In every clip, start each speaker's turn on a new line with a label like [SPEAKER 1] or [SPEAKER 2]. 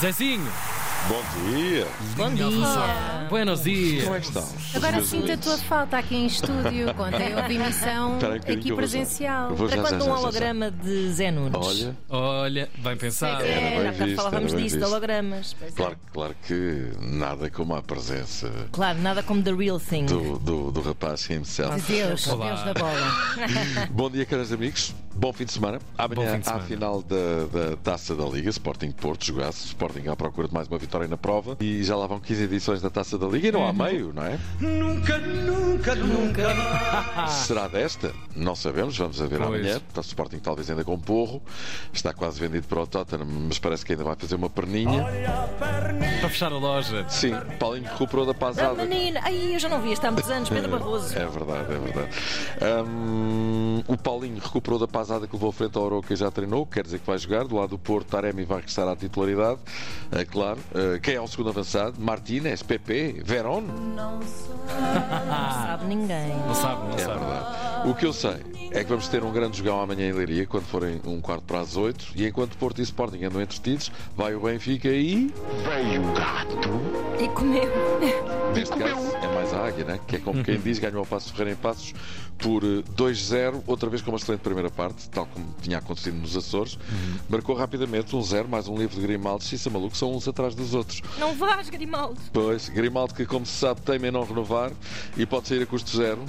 [SPEAKER 1] Zezinho!
[SPEAKER 2] Bom dia.
[SPEAKER 3] Bom dia.
[SPEAKER 1] Buenos dias!
[SPEAKER 2] Como é que estão? os
[SPEAKER 3] Então, Agora
[SPEAKER 2] meus
[SPEAKER 3] sinto a
[SPEAKER 2] ouvintes?
[SPEAKER 3] tua falta aqui em estúdio, quando eu ouvi missão
[SPEAKER 2] Espera aí um bocadinho que
[SPEAKER 3] aqui
[SPEAKER 2] eu vou já-
[SPEAKER 3] presencial.
[SPEAKER 2] eu vou
[SPEAKER 4] Para
[SPEAKER 2] já, já,
[SPEAKER 4] quando um
[SPEAKER 2] já, já, já.
[SPEAKER 4] holograma de Zé Nunes?
[SPEAKER 2] Olha,
[SPEAKER 1] Olha, bem pensado.
[SPEAKER 2] Era bem
[SPEAKER 4] É, nós
[SPEAKER 2] visto,
[SPEAKER 4] falávamos
[SPEAKER 2] era bem
[SPEAKER 4] disso, de
[SPEAKER 2] visto.
[SPEAKER 4] hologramas. Pois é.
[SPEAKER 2] claro, claro que nada como a presença
[SPEAKER 4] Claro, nada como The Real Thing.
[SPEAKER 2] do, do, do rapaz
[SPEAKER 4] De
[SPEAKER 2] himself.
[SPEAKER 4] Deus,
[SPEAKER 1] Olá.
[SPEAKER 4] Deus da bola.
[SPEAKER 3] é.
[SPEAKER 2] Bom dia, caros amigos. Bom fim de semana. Amanhã
[SPEAKER 1] fim de
[SPEAKER 2] há a
[SPEAKER 1] semana.
[SPEAKER 2] final da, da Taça da Liga. Sporting Porto jogasse. Sporting à procura de mais uma vitória na prova. E já lá vão 15 edições da Taça da Liga e
[SPEAKER 1] Uhum.
[SPEAKER 2] não há meio, não é?
[SPEAKER 5] Nunca, nunca, nunca.
[SPEAKER 2] Será desta? Não sabemos, vamos a ver
[SPEAKER 1] Ah. Pois.
[SPEAKER 2] amanhã. O Sporting talvez ainda com porro. Está quase vendido para o Tottenham, mas parece que ainda vai fazer uma perninha.
[SPEAKER 1] Para fechar a loja.
[SPEAKER 2] Sim, Paulinho recuperou da
[SPEAKER 4] Ah,
[SPEAKER 2] pasada.
[SPEAKER 4] menina, ai, eu já não vi isto há muitos anos, Pedro Barroso.
[SPEAKER 2] É verdade, é verdade. Hum, o Paulinho recuperou da pasada que levou frente ao Oroca e já treinou, quer dizer que vai jogar. Do lado do Porto, Taremi vai regressar à titularidade, é claro. Eh, quem é o segundo avançado? Martínez, PP, Verón?
[SPEAKER 4] Não sabe ninguém.
[SPEAKER 1] Não sabe, não
[SPEAKER 2] É
[SPEAKER 1] sabe.
[SPEAKER 2] verdade. O que eu sei é que vamos ter um grande jogão amanhã em Leiria, quando forem um quarto para as oito. E enquanto Porto e Sporting andam entretidos, vai o Benfica e.
[SPEAKER 3] é
[SPEAKER 4] E comeu.
[SPEAKER 2] Neste caso é mais a Águia, né? que é como quem diz, ganhou ao Passo Ferreira em Passos por eh, 2-0, outra vez com uma excelente primeira parte, tal como tinha acontecido nos Açores. Marcou rapidamente 1-0, mais um livro de Grimaldo, Xissa Maluco, são uns atrás dos outros.
[SPEAKER 4] Não vás, Grimaldo.
[SPEAKER 2] Pois, Grimaldo que, como se sabe, teme em não renovar e pode sair a custo zero.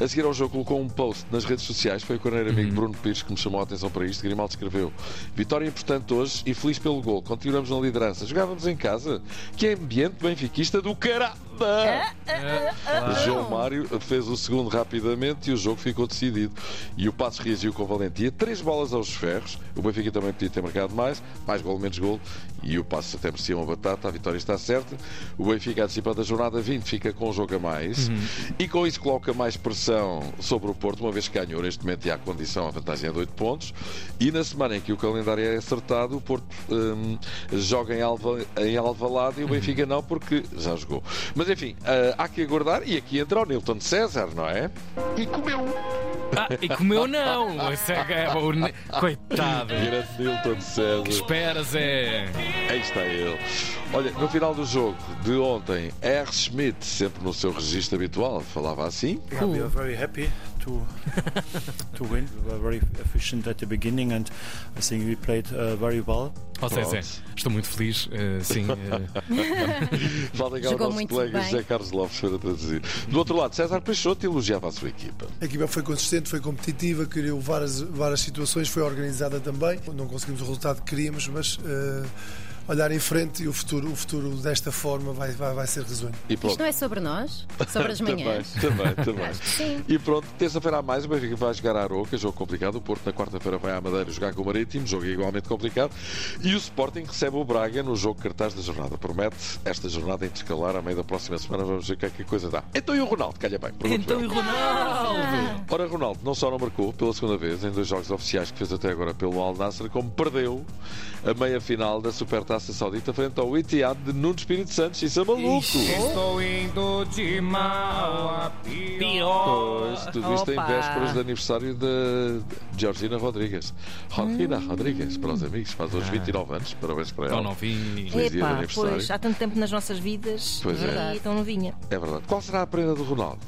[SPEAKER 2] A seguir ao jogo colocou um post nas redes sociais, foi o carneiro amigo Bruno Pires que me chamou a atenção para isto. Grimaldo escreveu: Vitória importante hoje e feliz pelo gol. Continuamos na liderança. Jogávamos em casa. Que ambiente benfiquista do caramba! João Mário fez o segundo rapidamente e o jogo ficou decidido. E o Passos reagiu com valentia. Três bolas aos ferros. O Benfica também podia ter marcado mais. Mais gol, menos gol. E o Passos até merecia uma batata. A vitória está certa. O Benfica, antecipando a jornada 20, fica com um jogo a mais. E com isso coloca mais pressão sobre o Porto, uma vez que ganhou neste momento e à condição a vantagem é de 8 pontos. E na semana em que o calendário é acertado, o Porto hum, joga em, Alva, em Alvalade e o Benfica não, porque já jogou. Mas enfim, ah, há que aguardar e aqui entra o Nilton César, não é?
[SPEAKER 1] Ah, e comeu não! Isso é que é o ne- Coitado!
[SPEAKER 2] Grande Nilton
[SPEAKER 1] Que
[SPEAKER 2] César.
[SPEAKER 1] esperas é.
[SPEAKER 2] Aí está ele. Olha, no final do jogo de ontem, R. Schmidt, sempre no seu registro habitual, falava assim.
[SPEAKER 6] Yeah, we are very happy to to win. We were very efficient at the beginning, and I think we played uh, very well.
[SPEAKER 1] Ou seja,
[SPEAKER 2] Pronto.
[SPEAKER 1] estou muito feliz, eh, sim. eh,
[SPEAKER 2] Vá ligar ao
[SPEAKER 3] Jogou
[SPEAKER 2] nosso
[SPEAKER 3] muito
[SPEAKER 2] colega
[SPEAKER 3] bem.
[SPEAKER 2] José Carlos Lopes para traduzir. Do outro lado, César Peixoto elogiava a sua equipa.
[SPEAKER 7] A equipa foi consistente, foi competitiva, criou várias, várias situações, foi organizada também. Não conseguimos o resultado que queríamos, mas eh, olhar em frente e o futuro, o futuro desta forma vai, vai, vai ser risonho.
[SPEAKER 2] E pronto.
[SPEAKER 3] Isto não é sobre nós, sobre as manhãs.
[SPEAKER 2] Também, também, também.
[SPEAKER 3] Sim.
[SPEAKER 2] E pronto, terça-feira há mais, o Benfica vai jogar à Aroca, jogo complicado. O Porto na quarta-feira vai à Madeira jogar com o Marítimo, jogo igualmente complicado. E o Sporting recebe o Braga no jogo cartaz da jornada. Promete esta jornada intercalar à meio da próxima semana, vamos ver o que é que a coisa dá. Então e o Ronaldo, calha bem. pergunto
[SPEAKER 1] Então, e
[SPEAKER 2] eu. Ah,
[SPEAKER 1] Ronaldo!
[SPEAKER 2] Ora, Ronaldo não só não marcou pela segunda vez em dois jogos oficiais que fez até agora pelo Al Nassr, como perdeu a meia-final da Supertaça Saudita frente ao Etihad de Nuno Espírito Santos. Isso é maluco!
[SPEAKER 5] Estou indo de mal a pior.
[SPEAKER 2] Pois, tudo isto em
[SPEAKER 4] Opa.
[SPEAKER 2] vésperas de aniversário de Georgina Rodrigues. Georgina Rodrigues, para os amigos, faz
[SPEAKER 1] Ah.
[SPEAKER 2] hoje 29 anos, parabéns para
[SPEAKER 1] Tão
[SPEAKER 2] ela.
[SPEAKER 1] novinho.
[SPEAKER 2] Feliz dia de
[SPEAKER 4] Epá,
[SPEAKER 2] aniversário.
[SPEAKER 4] pois, há tanto tempo nas nossas vidas
[SPEAKER 2] Pois é.
[SPEAKER 4] e tão novinha.
[SPEAKER 2] É verdade. Qual será a prenda do Ronaldo?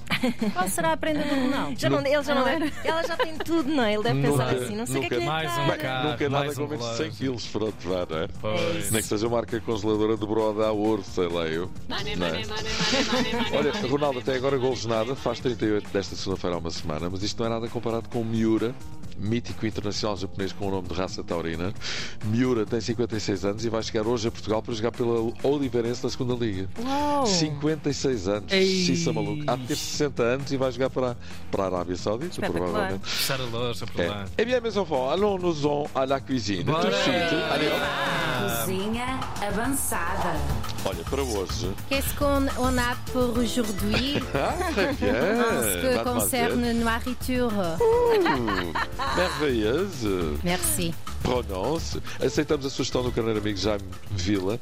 [SPEAKER 3] Qual será a prenda do Ronaldo?
[SPEAKER 4] Já não, ele já não deve, ela já tem tudo, não é? Ele deve pensar
[SPEAKER 2] Nunca-
[SPEAKER 4] assim, não sei o que é que
[SPEAKER 2] nunca
[SPEAKER 4] lhe
[SPEAKER 1] mais
[SPEAKER 4] dá.
[SPEAKER 1] um carro,
[SPEAKER 2] Nunca nada
[SPEAKER 1] mais um
[SPEAKER 2] com menos de 100
[SPEAKER 1] relógio.
[SPEAKER 2] quilos, pronto, vá, não é?
[SPEAKER 1] Pois.
[SPEAKER 2] Nem que seja marca congeladora de broda a ouro, sei lá eu. Não é? Olha, Ronaldo até agora golos nada, faz 38 desta segunda-feira há uma semana, mas isto não é nada comparado com Miura, mítico internacional japonês com o nome de raça taurina. Miura tem 56 anos e vai chegar hoje a Portugal para jogar pela Oliveirense na segunda liga.
[SPEAKER 4] Uau!
[SPEAKER 2] 56 anos,
[SPEAKER 1] Ei.
[SPEAKER 2] Cissa maluco. Há de ter 60 anos e vai jogar para, para a Arábia Saudita,
[SPEAKER 4] Espetacular.
[SPEAKER 2] provavelmente. É.
[SPEAKER 1] Fechar a loja por lá.
[SPEAKER 2] Eh bien, mes enfants, allons-nous-en à la cuisine.
[SPEAKER 1] Bora.
[SPEAKER 2] Tout de suite. Allez, hop.
[SPEAKER 8] Cozinha avançada.
[SPEAKER 2] Olha, para hoje.
[SPEAKER 3] Qu'est-ce qu'on on a pour aujourd'hui
[SPEAKER 2] Ah, très
[SPEAKER 3] en
[SPEAKER 2] bien.
[SPEAKER 3] ce que concerne noiriture?
[SPEAKER 2] Hum, Merveilleuse
[SPEAKER 3] Merci.
[SPEAKER 2] prononce. Aceitamos a sugestão do carneiro amigo Jaime Vila.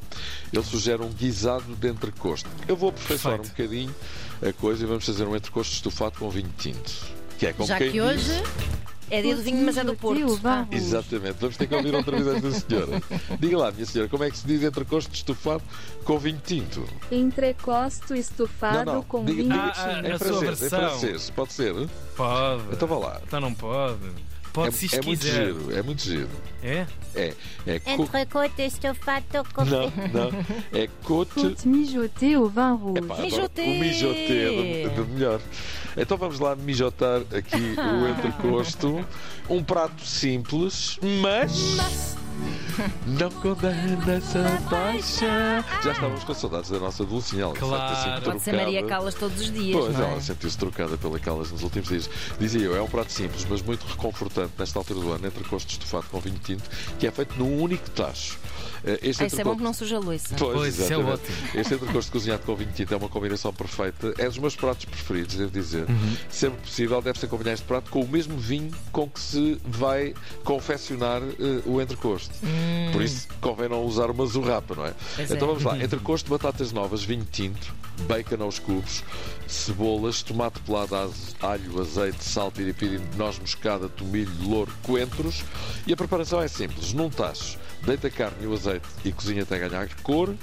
[SPEAKER 2] Ele sugere um guisado de entrecosto. Eu vou aperfeiçoar um bocadinho a coisa e vamos fazer um entrecosto estufado com vinho tinto. Que é como
[SPEAKER 3] Já
[SPEAKER 2] quem
[SPEAKER 3] que hoje
[SPEAKER 2] diz,
[SPEAKER 4] É dia do vinho, mas é do Porto.
[SPEAKER 9] Vá.
[SPEAKER 2] Exatamente, vamos ter que ouvir outra vez esta senhora. Diga lá, minha senhora, como é que se diz entrecosto estufado com vinho tinto?
[SPEAKER 10] Entrecosto estufado
[SPEAKER 2] não, não,
[SPEAKER 10] com
[SPEAKER 2] diga,
[SPEAKER 10] vinho
[SPEAKER 2] diga-
[SPEAKER 1] tinto. Ah, ah,
[SPEAKER 2] em
[SPEAKER 1] a sua
[SPEAKER 2] francês, em
[SPEAKER 1] versão.
[SPEAKER 2] francês, pode ser?
[SPEAKER 1] Pode.
[SPEAKER 2] Então vá lá.
[SPEAKER 1] Então não pode. Pode se
[SPEAKER 2] é, é muito
[SPEAKER 1] quiser.
[SPEAKER 2] giro, é muito giro.
[SPEAKER 1] É?
[SPEAKER 2] É, é co-
[SPEAKER 3] Entrecote estofado com
[SPEAKER 2] Não, não. É cote.
[SPEAKER 9] Côte mijotée au vin rouge.
[SPEAKER 2] Epá,
[SPEAKER 4] Mijotê.
[SPEAKER 2] O mijotê é do, do melhor. Então vamos lá mijotar aqui o entrecosto. Um prato simples, mas. Não condena essa paixão. Já estávamos com saudades da nossa Dulcinha. Ela é
[SPEAKER 1] Claro.
[SPEAKER 2] está
[SPEAKER 4] Pode ser Maria Callas todos os dias.
[SPEAKER 2] Pois,
[SPEAKER 4] não é?
[SPEAKER 2] ela sentiu-se trocada pela Calas nos últimos dias. Dizia eu, é um prato simples, mas muito reconfortante nesta altura do ano, entrecosto estufado com vinho tinto, que é feito num único tacho. Eh, Este
[SPEAKER 4] Ah, isso é bom que não
[SPEAKER 2] entrecosto-
[SPEAKER 4] suja a louça.
[SPEAKER 1] Pois, isso é
[SPEAKER 2] exatamente. Este entrecosto cozinhado com vinho tinto é uma combinação perfeita. É dos meus pratos preferidos, devo dizer.
[SPEAKER 1] Uhum.
[SPEAKER 2] Sempre possível, deve-se acompanhar este prato com o mesmo vinho com que se vai confeccionar eh, o entrecosto.
[SPEAKER 1] Hum.
[SPEAKER 2] Por isso, convém não usar uma zurrapa, não é?
[SPEAKER 4] Pois
[SPEAKER 2] então
[SPEAKER 4] é.
[SPEAKER 2] vamos lá. Entrecosto, batatas novas, vinho tinto, bacon aos cubos, cebolas, tomate pelado, az- alho, azeite, sal, piripiri, noz moscada, tomilho, louro, coentros. E a preparação é simples. Num tacho, deita a carne e o azeite e cozinha até ganhar cor.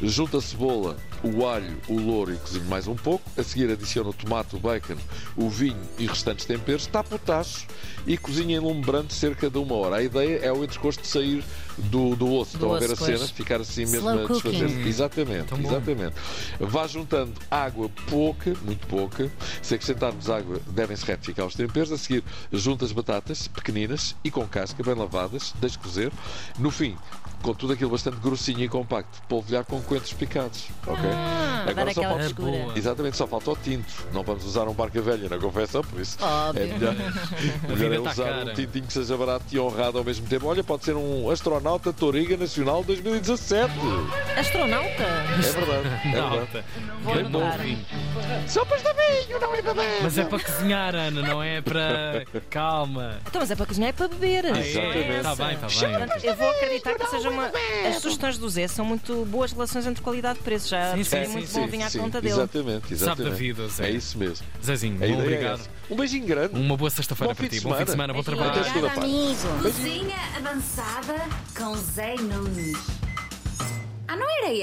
[SPEAKER 2] Junta a cebola, o alho, o louro e cozinha mais um pouco. A seguir adiciona o tomate, o bacon, o vinho e restantes temperos. Tapa o tacho e cozinha em lume brando cerca de uma hora. A ideia é o entrecosto sair do, do osso.
[SPEAKER 4] Do
[SPEAKER 2] Estão a ver
[SPEAKER 4] osso,
[SPEAKER 2] a cena?
[SPEAKER 4] pois.
[SPEAKER 2] Ficar assim mesmo
[SPEAKER 3] Slow
[SPEAKER 2] a desfazer.
[SPEAKER 3] cooking.
[SPEAKER 2] Exatamente,
[SPEAKER 1] Tão bom.
[SPEAKER 2] exatamente. Vá juntando água pouca, muito pouca. Se acrescentarmos água, devem-se retificar os temperos. A seguir, junta as batatas, pequeninas e com casca, bem lavadas, deixe cozer. No fim, com tudo aquilo bastante grossinho e compacto, polvilhar com coentros picados. Ok?
[SPEAKER 4] Ah, dar
[SPEAKER 2] só
[SPEAKER 4] aquela
[SPEAKER 2] falta-
[SPEAKER 1] É
[SPEAKER 4] frescura.
[SPEAKER 1] boa.
[SPEAKER 2] Exatamente, só falta o tinto. Não vamos usar um barca velha na confecção, por isso
[SPEAKER 3] Óbvio.
[SPEAKER 2] é melhor, melhor é
[SPEAKER 1] vida tá
[SPEAKER 2] usar
[SPEAKER 1] cara.
[SPEAKER 2] um tintinho que seja barato e honrado ao mesmo tempo. Olha, pode ser um astronauta Toriga Nacional 2017.
[SPEAKER 4] Astronauta?
[SPEAKER 2] É verdade, é verdade.
[SPEAKER 1] Nauta.
[SPEAKER 4] Vou
[SPEAKER 1] Grande
[SPEAKER 4] anotar.
[SPEAKER 1] vinho.
[SPEAKER 2] Sopas de vinho, não é bebê!
[SPEAKER 1] Mas é para cozinhar, Ana, não é para. Calma.
[SPEAKER 4] Então, mas é para cozinhar, é para beber.
[SPEAKER 2] Exatamente.
[SPEAKER 1] Está bem, está Ah, Tá bem.
[SPEAKER 4] Portanto, eu vou acreditar que seja uma. As sugestões do Zé são muito boas relações entre qualidade e preço. Já
[SPEAKER 1] Sim, sim,
[SPEAKER 4] é
[SPEAKER 1] sim,
[SPEAKER 4] muito
[SPEAKER 1] sim,
[SPEAKER 4] bom vinho à conta dele.
[SPEAKER 2] Exatamente, exatamente.
[SPEAKER 1] Sabe da vida, Zé.
[SPEAKER 2] É isso mesmo.
[SPEAKER 1] Zezinho,
[SPEAKER 2] A
[SPEAKER 1] bom,
[SPEAKER 2] ideia é
[SPEAKER 1] obrigado.
[SPEAKER 2] essa. um beijinho grande.
[SPEAKER 1] Uma boa sexta-feira
[SPEAKER 2] Bom
[SPEAKER 1] para
[SPEAKER 2] fim
[SPEAKER 1] ti.
[SPEAKER 2] de
[SPEAKER 1] Bom fim de semana,
[SPEAKER 2] semana.
[SPEAKER 1] bom
[SPEAKER 2] Até
[SPEAKER 1] trabalho.
[SPEAKER 2] segunda, pá.
[SPEAKER 3] Obrigada, amigo.
[SPEAKER 8] Cozinha avançada com Zé Nunes. Ah, não era eu?